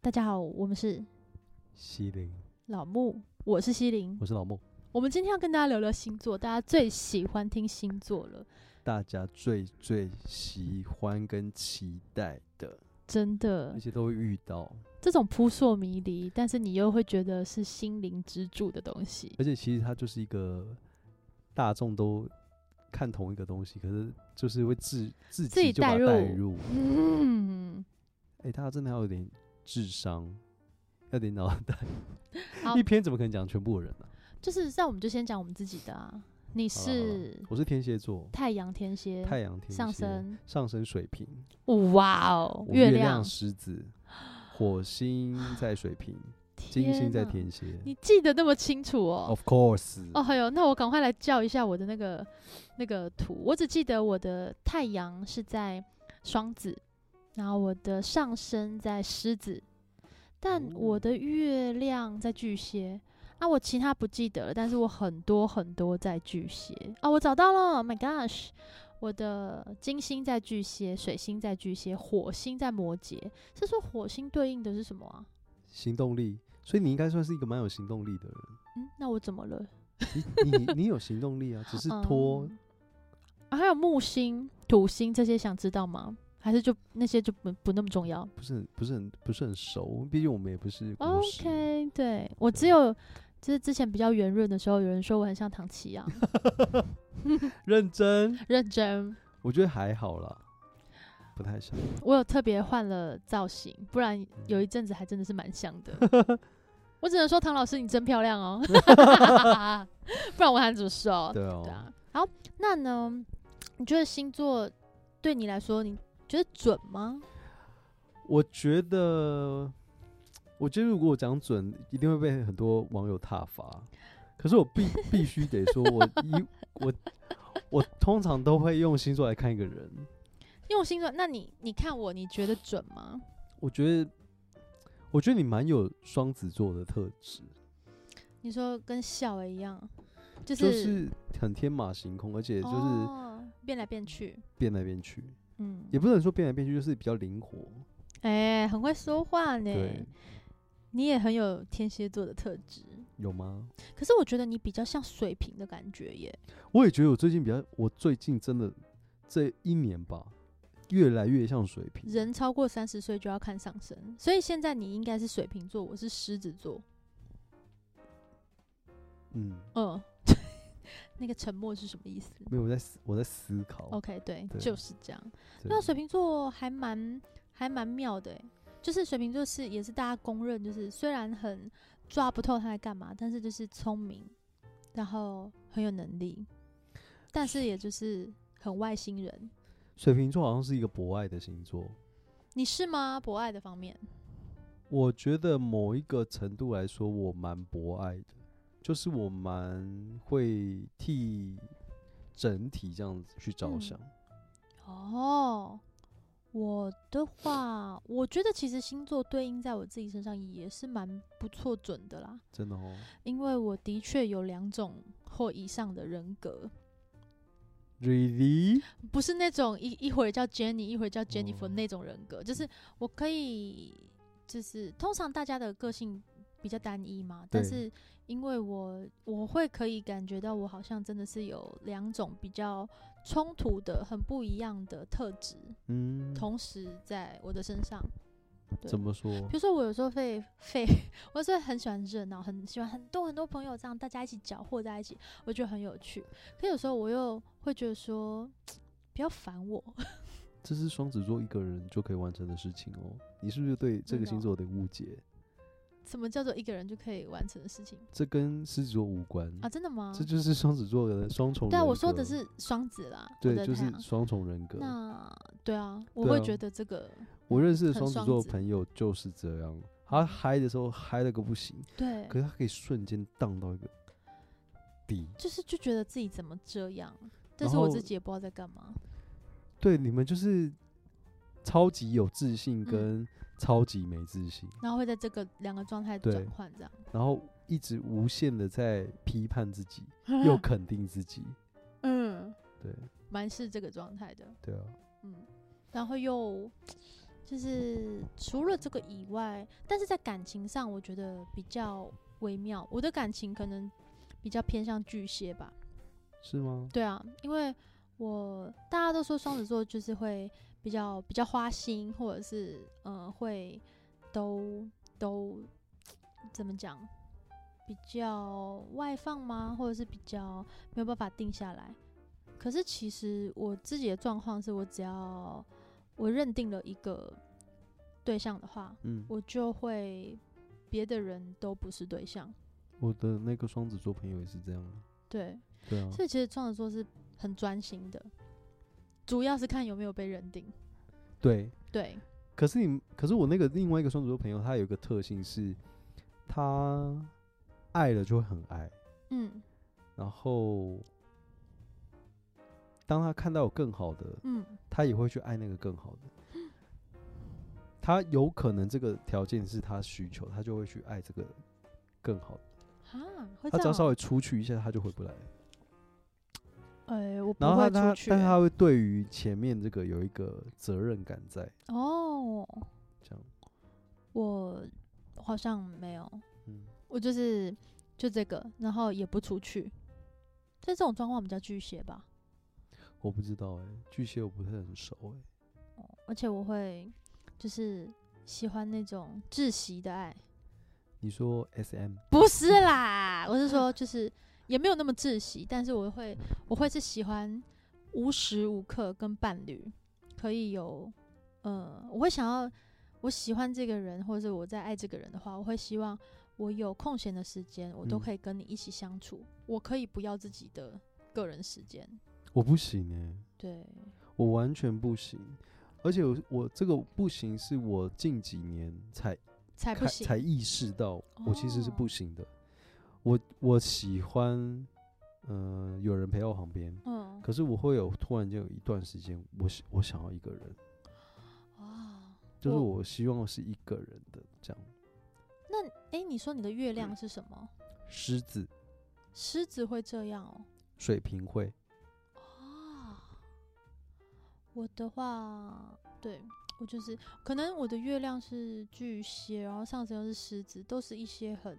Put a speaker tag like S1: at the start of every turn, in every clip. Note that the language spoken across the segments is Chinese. S1: 大家好，我们是
S2: 西林，
S1: 老木，我是西林。
S2: 我是老莫。
S1: 我们今天要跟大家聊聊星座，大家最喜欢听星座了，
S2: 大家最最喜欢跟期待的，
S1: 真的
S2: 而，且都会遇到。
S1: 这种扑朔迷离，但是你又会觉得是心灵支柱的东西。
S2: 而且其实它就是一个大众都看同一个东西，可是就是会自自
S1: 自己
S2: 己就把
S1: 带
S2: 它
S1: 入
S2: 带入。
S1: 嗯，
S2: 哎、他真的要有点智商，要点脑袋
S1: 好。
S2: 一篇怎么可能讲全部的人啊呢、
S1: 就是那我们就先讲我们自己的啊。你
S2: 好啦好啦
S1: 是
S2: 我是天蝎座，
S1: 太阳天蝎，
S2: 太阳天蝎，
S1: 上升，
S2: 上升水瓶，
S1: 哇哦，
S2: 我
S1: 月
S2: 亮
S1: 亮，
S2: 狮子，火星在水瓶，金星在
S1: 哪，
S2: 天蝎。
S1: 啊你记得那么清楚哦？
S2: Of course，
S1: 哦，还有，那我赶快来叫一下我的那个那个图。我只记得我的太阳是在双子，然后我的上升在狮子，但我
S2: 哦
S1: 的月亮在巨蟹。啊，我其他不记得了，但是我很多很多在巨蟹。啊，我找到了，Oh my gosh！我的金星在巨蟹，水星在巨蟹，火星在摩羯。是说火星对应的是什么啊？
S2: 行动力，所以你应该算是一个蛮有行动力的人。
S1: 嗯，那我怎么了？
S2: 你 你你有行动力啊，只是拖、
S1: 嗯啊，还有木星、土星这些，想知道吗？还是就那些就不不那么重要
S2: 不是很不是很不是很熟，毕竟我们也不是国师
S1: ？OK，对我只有就是之前比较圆润的时候，有人说我很像唐琪 阳，
S2: 认真，
S1: 认真，
S2: 我觉得还好啦，不太像。
S1: 我有特别换了造型，不然有一阵子还真的是蛮像的。 我只能说唐老师你真漂亮哦，不然我还怎么说？
S2: 对哦，
S1: 对啊，好，那呢？你觉得星座对你来说，你觉得准吗？
S2: 我觉得，我觉得如果我讲准，一定会被很多网友挞伐。可是 我必必须得说，我一我我通常都会用星座来看一个人，
S1: 用星座，那你你看我，你觉得准吗？
S2: 我觉得。我觉得你蛮有双子座的特质，
S1: 你说跟笑一样，就是
S2: 就是很天马行空，而且就是
S1: 哦、变来变去，
S2: 变来变去，
S1: 嗯，
S2: 也不能说变来变去，就是比较灵活。
S1: 哎、很会说话呢。
S2: 对，
S1: 你也很有天蝎座的特质，
S2: 有吗？
S1: 可是我觉得你比较像水瓶的感觉耶。
S2: 我也觉得我最近比较，我最近真的这一年吧，越来越像水瓶。
S1: 人超过三十岁就要看上升，所以现在你应该是水瓶座，我是狮子座。
S2: 嗯，
S1: 嗯， 那个沉默是什么意思
S2: 没有，我在思我在思考。
S1: ？OK，对，
S2: 哦对
S1: 就是这样。
S2: 对
S1: 哦那水瓶座还蛮还蛮妙的欸、就是水瓶座是也是大家公认，就是虽然很抓不透他在干嘛，但是就是聪明，然后很有能力，但是也就是很外星人。
S2: 水瓶座好像是一个博爱的星座，
S1: 你是吗？博爱的方面，
S2: 我觉得某一个程度来说，我蛮博爱的，就是我蛮会替整体这样子去着
S1: 嗯
S2: 想。
S1: 哦，我的话，我觉得其实星座对应在我自己身上也是蛮不错准的啦，
S2: 真的哦
S1: 因为我的确有两种或以上的人格，
S2: ，really？
S1: 不是那种一一会儿叫 Jenny，一会儿叫 Jennifer、
S2: 哦
S1: 那种人格，就是我可以，就是通常大家的个性比较单一嘛，但
S2: 对
S1: 是因为我我会可以感觉到我好像真的是有两种比较冲突的、很不一样的特质，
S2: 嗯，
S1: 同时在我的身上。对
S2: 怎么说？
S1: 比如说，我有时候会会，我是很喜欢热闹，很喜欢很多很多朋友这样大家一起搅和在一起，我觉得很有趣。可有时候我又会觉得说，不要烦我，
S2: 这是双子座一个人就可以完成的事情哦。你是不是对这
S1: 真
S2: 个
S1: 的
S2: 星
S1: 哦
S2: 座有点误解？
S1: 什么叫做一个人就可以完成的事情
S2: 这跟狮子座无关，
S1: 啊？真的吗？
S2: 嗯这就是双子座的双重人格。
S1: 对啊，我说的是双子啦，我
S2: 对，
S1: 的
S2: 就
S1: 太
S2: 是
S1: 阳
S2: 双重人格。
S1: 那对啊，我
S2: 对
S1: 会
S2: 啊
S1: 觉得这个
S2: 我认识的
S1: 很
S2: 双子
S1: 双
S2: 座
S1: 子
S2: 朋友就是这样，他嗨的时候嗨了个不行，
S1: 对，
S2: 可是他可以瞬间荡到一个底。
S1: 就是就觉得自己怎么这样，但
S2: 然
S1: 是我
S2: 后
S1: 自己也不知道在干嘛。
S2: 对，你们就是超级有自信
S1: 嗯
S2: 跟超级没自信，
S1: 然后会在这个两个状态
S2: 对
S1: 转换，这样
S2: 然后一直无限的在批判自 己，又肯定自己。
S1: 嗯，
S2: 对
S1: 蛮是这个状态的，
S2: 对啊，
S1: 嗯，然后又就是除了这个以外，但是在感情上，我觉得比较微妙。我的感情可能比较偏向巨蟹吧。
S2: 是吗？
S1: 对啊，因为我大家都说双子座就是会比较比较花心，或者是呃会都都怎么讲，比较外放吗？或者是比较没有办法定下来。可是其实我自己的状况是我只要我认定了一个对象的话，
S2: 嗯，
S1: 我就会别的人都不是对象。
S2: 我的那个双子座朋友也是这样啊，
S1: 对，
S2: 对啊，
S1: 所以其实双子座是很专心的，主要是看有没有被认定。
S2: 对。
S1: 对，
S2: 可是你，可是我那个另外一个双子座朋友，他有一个特性是，他爱了就会很爱，
S1: 嗯
S2: 然后当他看到有更好的，
S1: 嗯
S2: 他也会去爱那个更好的。他有可能这个条件是他需求，他就会去爱这个更好的。
S1: 啊，会这
S2: 他只要
S1: 样
S2: 稍
S1: 哦。
S2: 微出去一下，他就回不来。
S1: 哎、我不
S2: 然后他
S1: 会
S2: 他
S1: 出，去
S2: 但是
S1: 欸。
S2: 他会对于前面这个有一个责任感在，
S1: 哦，
S2: 这样，
S1: 我好像没有，
S2: 嗯，
S1: 我就是就这个，然后也不出去。但这种状况比较巨蟹吧，
S2: 我不知道哎、巨蟹我不是很熟哎、
S1: 哦而且我会就是喜欢那种窒息的爱，
S2: 你说 S M
S1: 不
S2: 嗯
S1: 是啦，我是说就是也没有那么窒息，但是我会我会是喜欢无时无刻跟伴侣可以有，呃，我会想要我喜欢这个人，或者是我在爱这个人的话，我会希望我有空闲的时间，我都
S2: 嗯
S1: 可以跟你一起相处，我可以不要自己的个人时间，
S2: 我不行哎、
S1: 对，
S2: 我完全不行，而且我我这个不行是我近几年才
S1: 才
S2: 开
S1: 不
S2: 才
S1: 行，
S2: 意识到我其实是
S1: 哦
S2: 不行的。我我喜欢，呃，有人陪我旁边，
S1: 嗯，
S2: 可是我会有突然间有一段时间，我喜我想要一个人，
S1: 哇，
S2: 就是
S1: 我
S2: 我希望是一个人的这样。
S1: 那诶，你说你的月
S2: 嗯
S1: 亮是什么？
S2: 狮子
S1: 狮子会这样哦、
S2: 水瓶会，
S1: 啊，我的话，对我就是可能我的月亮是巨蟹，然后上升又是狮子，都是一些很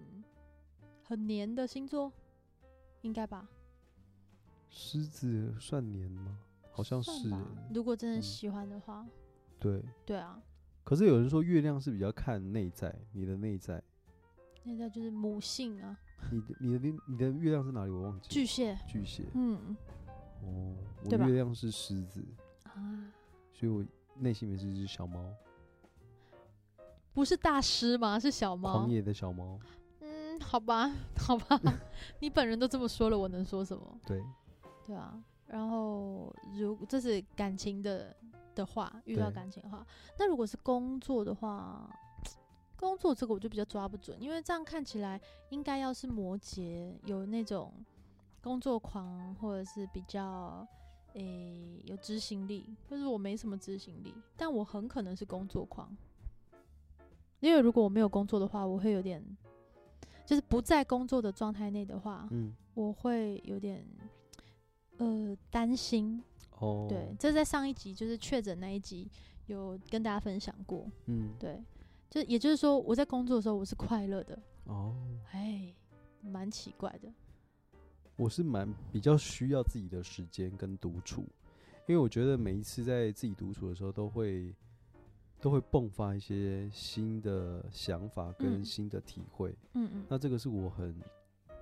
S1: 很黏的星座，应该吧？
S2: 狮子算年吗？好像
S1: 算
S2: 是欸、
S1: 吧如果真
S2: 嗯
S1: 的喜欢的话，
S2: 对。
S1: 对啊，
S2: 可是有人说月亮是比较看内在，你的内在，
S1: 那个就是母性啊，
S2: 你的你的你的月亮是哪里？我忘记了。
S1: 巨蟹，
S2: 巨蟹
S1: 嗯
S2: 哦，我
S1: 对吧
S2: 月亮是狮子，
S1: 啊，
S2: 所以我内心里面是一只小猫，
S1: 不是大师吗？是小猫
S2: 狂。野的小猫。
S1: 嗯，好吧，好吧， 你本人都这么说了，我能说什么？
S2: 对，
S1: 对啊，然后如这是感情的的话，遇到
S2: 对
S1: 感情的话，那如果是工作的话，工作这个我就比较抓不准，因为这样看起来应该要是摩羯有那种工作狂，或者是比较诶、有执行力，就是我没什么执行力，但我很可能是工作狂，因为如果我没有工作的话，我会有点。就是不在工作的状态内的话，
S2: 嗯，
S1: 我会有点呃担心。
S2: 哦，
S1: 对，，这在上一集就是确诊那一集有跟大家分享过。
S2: 嗯，
S1: 对，就也就是说我在工作的时候我是快乐的，
S2: 哦，
S1: 哎，蛮奇怪的。
S2: 我是蛮比较需要自己的时间跟独处，因为我觉得每一次在自己独处的时候，都会都会迸发一些新的想法跟
S1: 嗯
S2: 新的体会，
S1: 嗯嗯
S2: 那这个是我很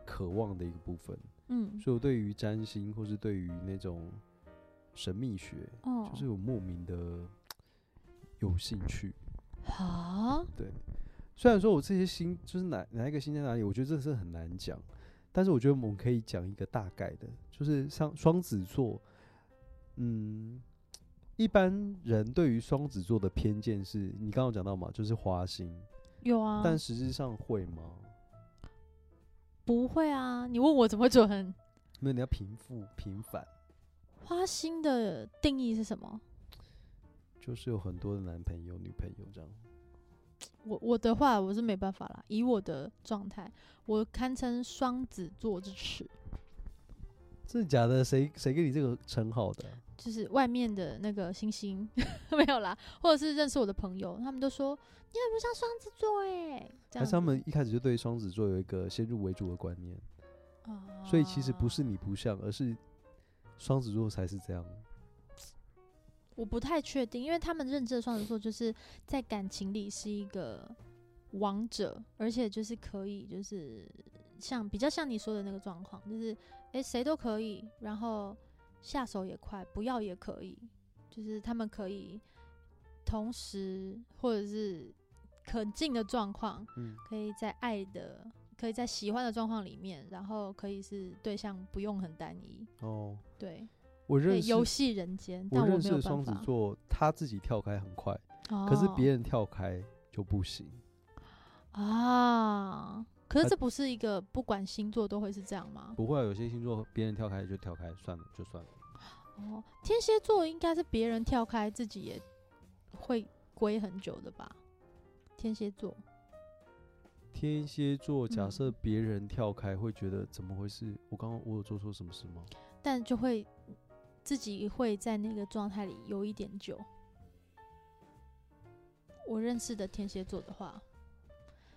S2: 渴望的一个部分，
S1: 嗯，
S2: 所以我对于占星或是对于那种神秘学，
S1: 哦，
S2: 就是有莫名的有兴趣。
S1: 啊，
S2: 对，虽然说我这些星就是哪哪一个星在哪里，我觉得这是很难讲，但是我觉得我们可以讲一个大概的，就是像双子座，嗯，一般人对于双子座的偏见是你刚刚有讲到嘛，就是花心，
S1: 有啊，
S2: 但实质上会吗？
S1: 不会啊，你问我怎么准？
S2: 因为你要平复平反，
S1: 花心的定义是什么？
S2: 就是有很多的男朋友女朋友这样。
S1: 我我的话我是没办法啦，以我的状态，我堪称双子座之耻。
S2: 真的假的？谁谁给你这个称号的啊？
S1: 就是外面的那个星星 没有啦，或者是认识我的朋友，他们都说你很不像双子座哎，这样
S2: 还是
S1: 子
S2: 他们一开始就对双子座有一个先入为主的观念，所以其实不是
S1: 啊
S2: 你不像，而是双子座才是这样。
S1: 我不太确定，因为他们认知的双子座就是在感情里是一个王者，而且就是可以就是像比较像你说的那个状况，就是诶谁、都可以，然后下手也快，不要也可以，就是他们可以同时或者是很近的状况，
S2: 嗯，
S1: 可以在爱的。可以在喜欢的状况里面，然后可以是对象不用很单一，
S2: 哦，
S1: 对，
S2: 我
S1: 可
S2: 认
S1: 以
S2: 识
S1: 游戏人间。但
S2: 我认
S1: 没
S2: 识
S1: 有
S2: 的
S1: 办
S2: 双子
S1: 法
S2: 座，他自己跳开很快，可是
S1: 哦嗯
S2: 别人跳开就不行。
S1: 啊，可是
S2: 他
S1: 这不是一个不管星座都会是这样吗？
S2: 不会啊，有些星座别人跳开就跳开，算了就算了。
S1: 哦，天蝎座应该是别人跳开，自己也会归很久的吧？天蝎座，
S2: 天蝎座假
S1: 嗯
S2: 设别人跳开，会觉得怎么回事？我刚刚我有做错什么事吗？
S1: 但就会自己会在那个状态里有一点久。我认识的天蝎座的话，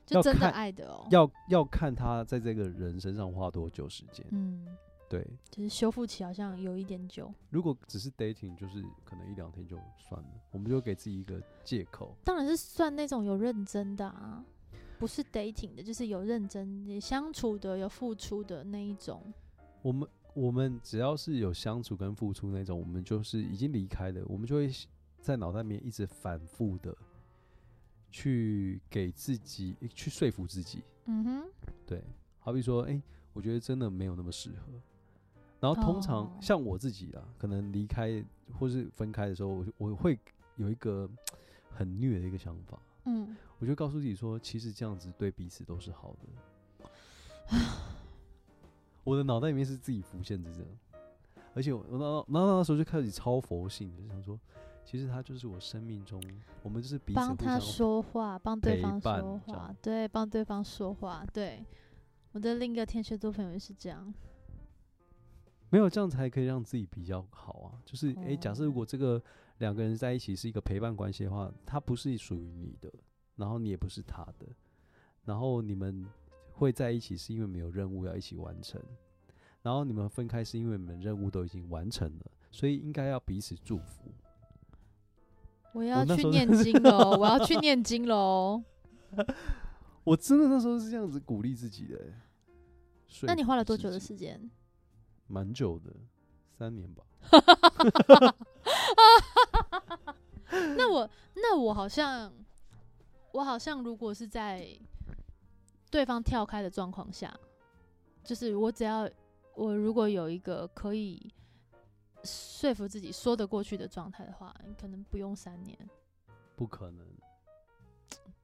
S1: 就
S2: 要
S1: 真的
S2: 看
S1: 爱的哦，
S2: 要要看他在这个人身上花多久时间。
S1: 嗯，
S2: 对，
S1: 就是修复期好像有一点久。
S2: 如果只是 dating，就是可能一两天就算了，我们就给自己一个借口。
S1: 当然是算那种有认真的啊，不是 dating 的，就是有认真、有相处的、有付出的那一种。
S2: 我们我们只要是有相处跟付出那种，我们就是已经离开了，我们就会在脑袋里面一直反复的去给自己去说服自己。
S1: 嗯哼，
S2: 对，好比说，哎、我觉得真的没有那么适合。然后通常、
S1: 哦
S2: 像我自己啊，可能离开或是分开的时候，我我会有一个很虐的一个想法，
S1: 嗯，
S2: 我就告诉自己说，其实这样子对彼此都是好的。我的脑袋里面是自己浮现着这样，而且我我那那那时候就开始超佛性的，就想说，其实他就是我生命中，我们就是彼此
S1: 帮
S2: 互
S1: 他
S2: 相
S1: 说话，帮对
S2: 陪
S1: 方
S2: 伴
S1: 说
S2: 这
S1: 话
S2: 样，
S1: 对，帮对方说话，对。我的另一个天蝎座朋友也是这样，
S2: 没有这样才可以让自己比较好啊。就是诶，假设如
S1: 哦
S2: 果这个两个人在一起是一个陪伴关系的话，他不是属于你的，然后你也不是他的，然后你们会在一起是因为没有任务要一起完成，然后你们分开是因为你们任务都已经完成了，所以应该要彼此祝福。
S1: 我要
S2: 那
S1: 去
S2: 时候
S1: 念经 喽，我要去念经喽。
S2: 我真的那时候是这样子鼓励自己的欸、说
S1: 那你花了
S2: 服
S1: 多
S2: 自
S1: 久的
S2: 己？
S1: 时间？
S2: 蛮久的，三年吧。
S1: 那我那我好像，我好像如果是在对方跳开的状况下，就是我只要我如果有一个可以说服自己说得过去的状态的话，可能不用三年，
S2: 不可能，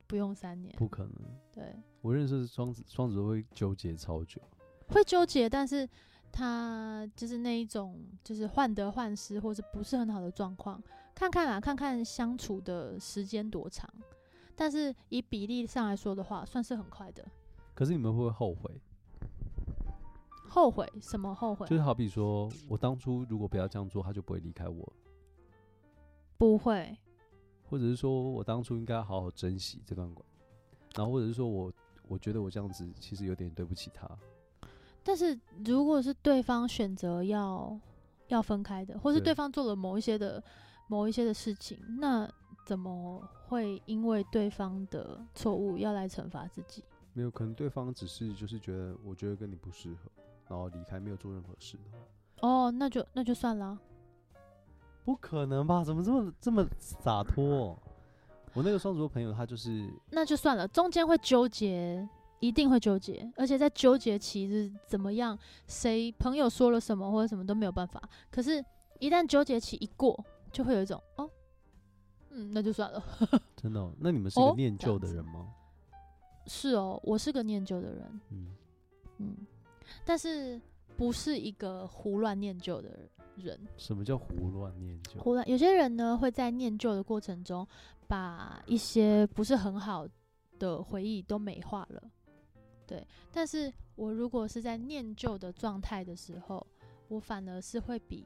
S1: 不用三年，
S2: 不可 能！
S1: 对，
S2: 我认识的双子，双子座会纠结超久。
S1: 会纠结，但是他就是那一种就是患得患失或是不是很好的状况，看看啦，看看相处的时间多长，但是以比例上来说的话，算是很快的。
S2: 可是你们会不会后悔？
S1: 后悔什么后悔？
S2: 就是好比说，我当初如果不要这样做，他就不会离开我，
S1: 不会，
S2: 或者是说我当初应该好好珍惜这段关，然后或者是说我我觉得我这样子其实有点对不起他，
S1: 但是如果是对方选择要要分开的，或是
S2: 对
S1: 对方做了某一些的某一些的事情，那怎么会因为对方的错误要来惩罚自己？
S2: 没有，可能对方只是就是觉得我觉得跟你不适合，然后离开没有做任何事的话，
S1: 哦，那就那就算了啊。
S2: 不可能吧？怎么这么这么洒脱哦、我那个双子座朋友他就是
S1: 那就算了，中间会纠结，一定会纠结，而且在纠结期是怎么样，谁朋友说了什么或者什么都没有办法。可是，一旦纠结期一过，就会有一种哦，嗯，那就算了。
S2: 真的哦、那你们是一个
S1: 哦
S2: 念
S1: 这样
S2: 旧的
S1: 子
S2: 人吗？
S1: 是哦，我是个念旧的人，
S2: 嗯，
S1: 嗯，但是不是一个胡乱念旧的人。
S2: 什么叫胡乱念旧？
S1: 胡乱有些人呢会在念旧的过程中，把一些不是很好的回忆都美化了。对，但是我如果是在念旧的状态的时候，我反而是会比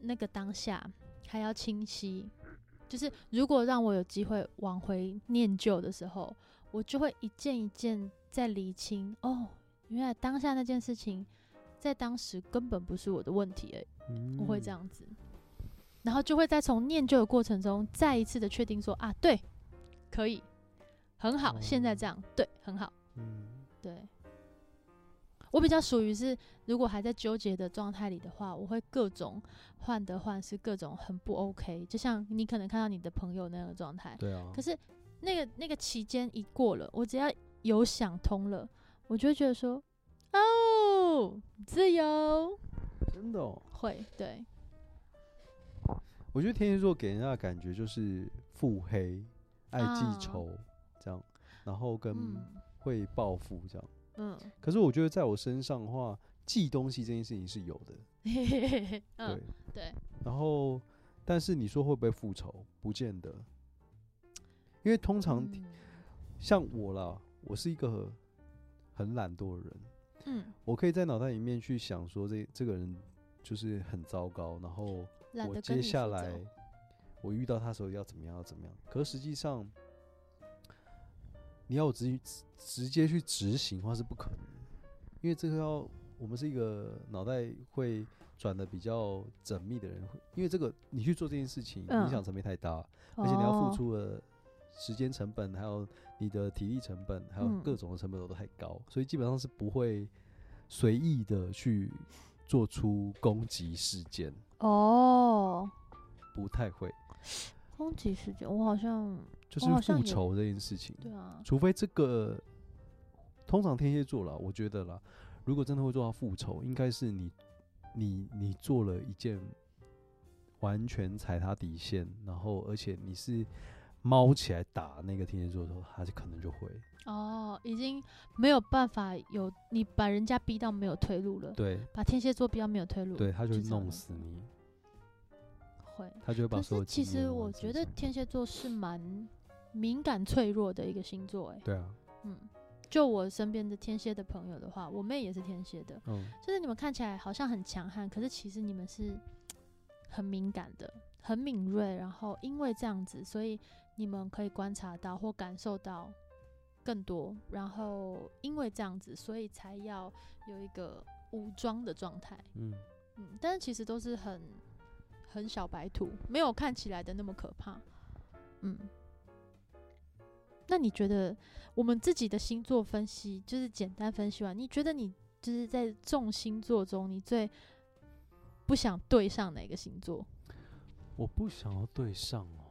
S1: 那个当下还要清晰。就是如果让我有机会往回念旧的时候，我就会一件一件再厘清。哦，原来当下那件事情在当时根本不是我的问题而已，我会这
S2: 样。
S1: 样子，然后就会再从念旧的过程中再一次的确定说啊，对，可以，很好，现在这样，对，很好。
S2: 嗯，
S1: 对，我比较属于是，如果还在纠结的状态里的话，我会各种患得患失，各种很不 OK。就像你可能看到你的朋友那样的状态，
S2: 对啊
S1: 可。是那个那个期间一过了，我只要有想通了，我就会觉得说，哦，自由
S2: 真的、哦，
S1: 会对，
S2: 我觉得天蝎座给人家的感觉就是腹黑、爱
S1: 啊
S2: 记仇、这样，然后跟
S1: 嗯
S2: 会报复这样。
S1: 嗯，
S2: 可是我觉得在我身上的话，记东西这件事情是有的，
S1: 嘿嘿嘿嘿 嗯
S2: 对
S1: 对，
S2: 然后，但是你说会不会复仇？不见得，因为通常、
S1: 嗯
S2: 像我啦，我是一个很懒惰的人，
S1: 嗯，
S2: 我可以在脑袋里面去想说这这个人就是很糟糕，然后
S1: 懒
S2: 我
S1: 得跟
S2: 接
S1: 你
S2: 下
S1: 复
S2: 来
S1: 仇
S2: 我遇到他的时候要怎么样，要怎么样。可实际上，你要我直直直接去执行的话是不可能的，因为这个要我们是一个脑袋会转的比较缜密的人，会因为这个你去做这件事情，
S1: 嗯
S2: 影响层面太大，而且你要
S1: 哦
S2: 付出的时间成本，还有你的体力成本，还有
S1: 嗯
S2: 各种的成本都太高，所以基本上是不会随意的去做出攻击事件，
S1: 哦，
S2: 不太会，
S1: 攻击事件，我好像
S2: 就是
S1: 我好像
S2: 复
S1: 也
S2: 仇这件事情，
S1: 对啊，
S2: 除非这个通常天蝎座啦，我觉得啦，如果真的会做到复仇，应该是你你你做了一件完全踩他底线，然后而且你是猫起来打那个天蝎座的时候，他就可能就会。
S1: 哦，已经没有办法有你把人家逼到没有退路了，
S2: 对
S1: 把天蝎座逼到没有退路，
S2: 对，他就
S1: 就
S2: 会
S1: 这样
S2: 弄
S1: 了
S2: 死你，
S1: 会。
S2: 他就会把
S1: 可
S2: 所有
S1: 是其
S2: 经验
S1: 实
S2: 都往
S1: 我
S2: 身
S1: 觉得
S2: 上
S1: 天蝎座是蛮敏感脆弱的一个星座，哎，
S2: 对啊，
S1: 嗯，就我身边的天蝎的朋友的话，我妹也是天蝎的，
S2: 嗯，
S1: 就是你们看起来好像很强悍，可是其实你们是很敏感的，很敏锐，然后因为这样子，所以你们可以观察到或感受到更多，然后因为这样子，所以才要有一个武装的状态。
S2: 嗯，
S1: 嗯，但是其实都是很很小白兔，没有看起来的那么可怕。嗯，那你觉得我们自己的星座分析，就是简单分析完，你觉得你就是在众星座中，你最不想对上哪个星座？
S2: 我不想要对上哦。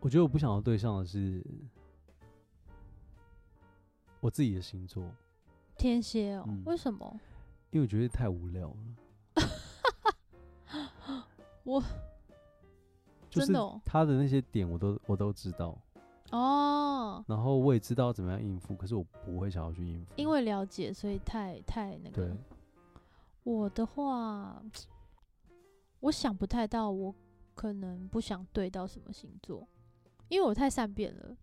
S2: 我觉得我不想要对上的是我自己的星座，
S1: 天蝎哦，
S2: 嗯
S1: 为什么？
S2: 因为我觉得太无聊了。
S1: 我
S2: 就
S1: 真
S2: 是
S1: 的哦
S2: 他的那些点我都我都知道，
S1: 哦，
S2: 然后我也知道怎么样应付，可是我不会想要去应付，
S1: 因为了解，所以太太那
S2: 对
S1: 个。我的话，我想不太到，我可能不想对到什么星座，因为我太善变了，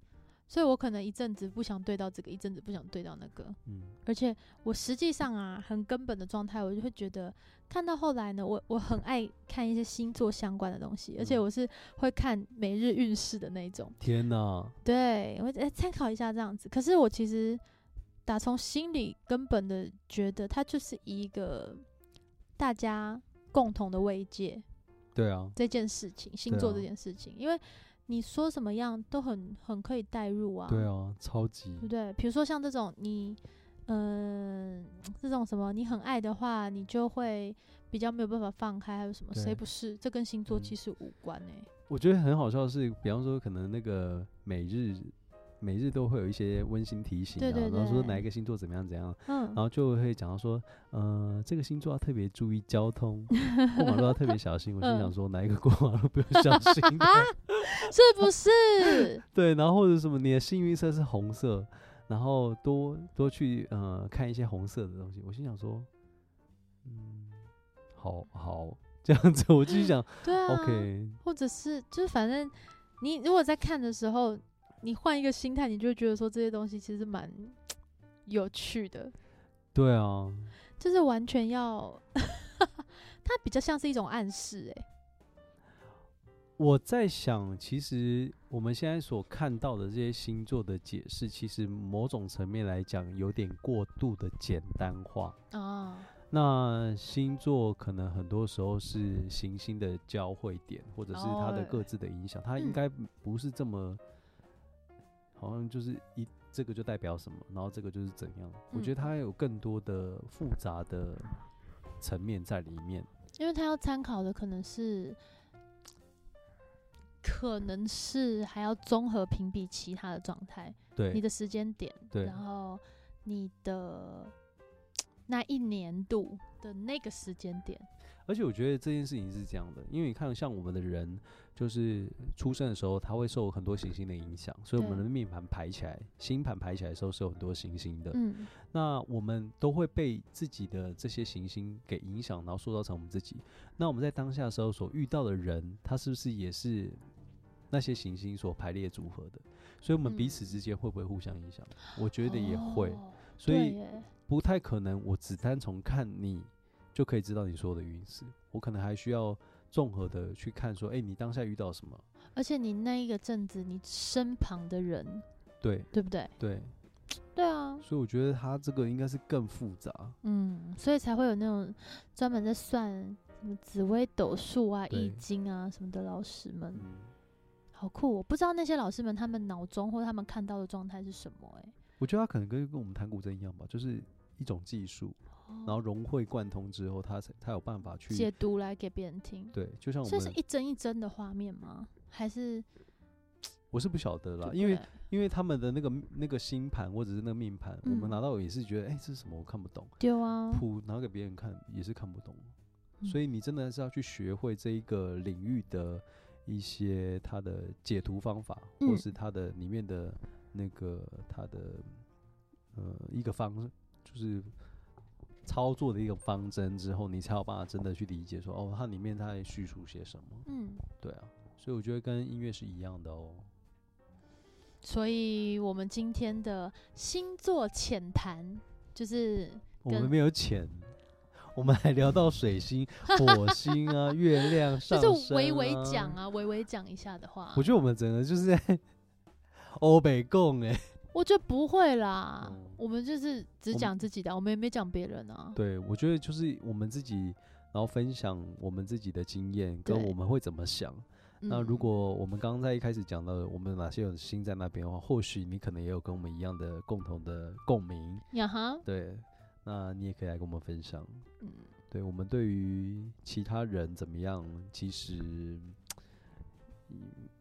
S1: 所以我可能一阵子不想对到这个，一阵子不想对到那个。
S2: 嗯
S1: 而且我实际上啊，很根本的状态，我就会觉得看到后来呢，我我很爱看一些星座相关的东西，而且
S2: 嗯
S1: 我是会看每日运势的那一种。
S2: 天哪，
S1: 对，我再参考一下这样子。可是我其实打从心里根本的觉得，它就是一个大家共同的慰藉
S2: 对啊，
S1: 这件事情，星
S2: 对
S1: 座
S2: 啊
S1: 这件事情，因为你说什么样都很很可以代入啊，
S2: 对啊，超级
S1: 对不对？比如说像这种你。嗯，这种什么你很爱的话，你就会比较没有办法放开，还有什么谁
S2: 对
S1: 不是？这跟星座
S2: 嗯
S1: 其实无关欸呢、
S2: 我觉得很好笑的是，比方说可能那个每日每日都会有一些温馨提醒啊，
S1: 对对
S2: 然后说
S1: 对
S2: 哪一个星座怎么样怎样，
S1: 嗯
S2: 然，后就会讲到说，呃，这个星座要特别注意交通，过马路要特别小心。我
S1: 嗯
S2: 心想说，哪一个过马路不用小心 的？
S1: 是不是？
S2: 对，然后或者什么你的幸运色是红色，然后多多去呃看一些红色的东西。我心想说，嗯，好好这样子，我继续讲
S1: 对啊。
S2: ，OK，
S1: 或者是就是反正你如果在看的时候，你换一个心态，你就会觉得说这些东西其实蛮有趣的。
S2: 对啊，
S1: 就是完全要， 它比较像是一种暗示、欸，
S2: 我在想，其实我们现在所看到的这些星座的解释，其实某种层面来讲，有点过度的简单化。
S1: 哎，
S2: 哦
S1: 啊，
S2: 那星座可能很多时候是行星的交汇点，或者是它的
S1: 哦
S2: 各自的影响，它
S1: 嗯
S2: 应该不是这么，好像就是一这个就代表什么，然后这个就是怎样。我
S1: 嗯
S2: 觉得它有更多的复杂的层面在里面。
S1: 因为它要参考的可能是，可能是还要综合评比其他的状态，你
S2: 对
S1: 的哦时间点，
S2: 对
S1: 然后你的那一年度的那个时间点，
S2: 而且我觉得这件事情是这样的，因为你看，像我们的人，就是出生的时候，他会受很多行星的影响，所以我
S1: 对
S2: 们的命盘排起来，星盘排起来的时候是有很多行星的。
S1: 嗯，
S2: 那我们都会被自己的这些行星给影响，然后塑造成我们自己。那我们在当下的时候所遇到的人，他是不是也是那些行星所排列组合的？所以，我们彼
S1: 嗯
S2: 此之间会不会互相影响？我觉得也会，
S1: 哦
S2: 所
S1: 对
S2: 以
S1: 耶
S2: 不太可能，我只单从看你就可以知道你所有的运势。我可能还需要综合的去看，说，哎、你当下遇到什么？
S1: 而且你那一个阵子，你身旁的人，
S2: 对
S1: 对不对？
S2: 对，
S1: 对啊，
S2: 所以我觉得他这个应该是更复杂。
S1: 嗯，所以才会有那种专门在算什么紫微斗数啊、
S2: 对
S1: 易经啊什么的老师们，
S2: 嗯，
S1: 好酷！哦我不知道那些老师们他们脑中或他们看到的状态是什么、欸，
S2: 我觉得他可能跟跟我们弹古筝一样吧，就是一种技术，然后
S1: 哦
S2: 融会贯通之后，他才他有办法去
S1: 解读来给别人听，
S2: 对，就像我
S1: 所以是
S2: 们
S1: 一帧一帧的画面吗？还是
S2: 我是不晓得
S1: 对
S2: 啦，啊因为
S1: 不对
S2: 因为他们的那个那个星盘或者是那个命盘，我们
S1: 嗯
S2: 拿到也是觉得，哎、这是什么？我看不懂。
S1: 丢啊，
S2: 谱拿给别人看也是看不懂，
S1: 嗯
S2: 所以你真的是要去学会这一个领域的一些它的解读方法，或
S1: 嗯
S2: 是它的里面的那个它的呃一个方就是操作的一个方针之后，你才有办法真的去理解说哦，它里面它在叙述些什么。
S1: 嗯，
S2: 对啊，所以我觉得跟音乐是一样的哦。
S1: 所以我们今天的星座浅谈就是
S2: 我们
S1: 跟
S2: 没有钱。我们还聊到水星、火星啊、月亮上升、啊，
S1: 就是微微讲啊，微微讲一下的话，
S2: 我觉得我们整个就是在 欧北共哎、
S1: 我觉得不会啦，
S2: 嗯
S1: 我们就是只
S2: 我们
S1: 讲自己的，我们也没讲别人啊。
S2: 对，我觉得就是我们自己，然后分享我们自己的经验，跟
S1: 对
S2: 我们会怎么想。那
S1: 嗯
S2: 如果我们刚刚在一开始讲到的，我们哪些有心在那边的话，或许你可能也有跟我们一样的共同的共鸣。
S1: 呀 哈，
S2: 对，那你也可以来跟我们分享。
S1: 嗯，
S2: 对我们对于其他人怎么样，其实。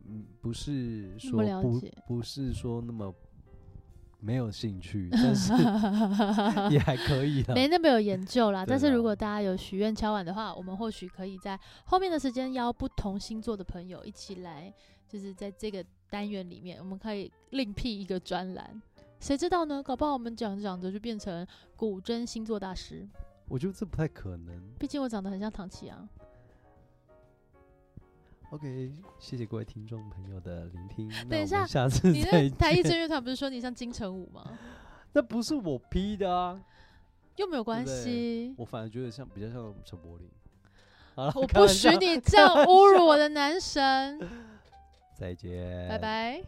S2: 嗯，不是
S1: 那
S2: 说
S1: 么了
S2: 不
S1: 解
S2: 不是说 那么没有兴趣，但是也还可以啦。
S1: 没那么有研究啦。
S2: 对啊
S1: 但是
S2: 啦
S1: 如果大家有许愿敲碗的话，我们或许可以在后面的时间邀不同星座的朋友一起来，就是在这个单元里面，我们可以另辟一个专栏。谁知道呢？搞不好我们讲着讲着就变成古筝星座大师。
S2: 我觉得这不太可能。
S1: 毕竟我长得很像唐琪啊。
S2: OK，谢谢各位听众朋友的聆听。那
S1: 等一
S2: 我们
S1: 下
S2: 下 次
S1: 你
S2: 再
S1: 那台艺
S2: 见。
S1: 正乐团不是说你像金城武吗？
S2: 那不是我 P 的啊，
S1: 又没有关
S2: 对
S1: 系。
S2: 我反而觉得像比较像陈柏霖。好了，
S1: 我不
S2: 开玩
S1: 许
S2: 笑
S1: 你这样侮辱我的男神，
S2: 再见，
S1: 拜。拜。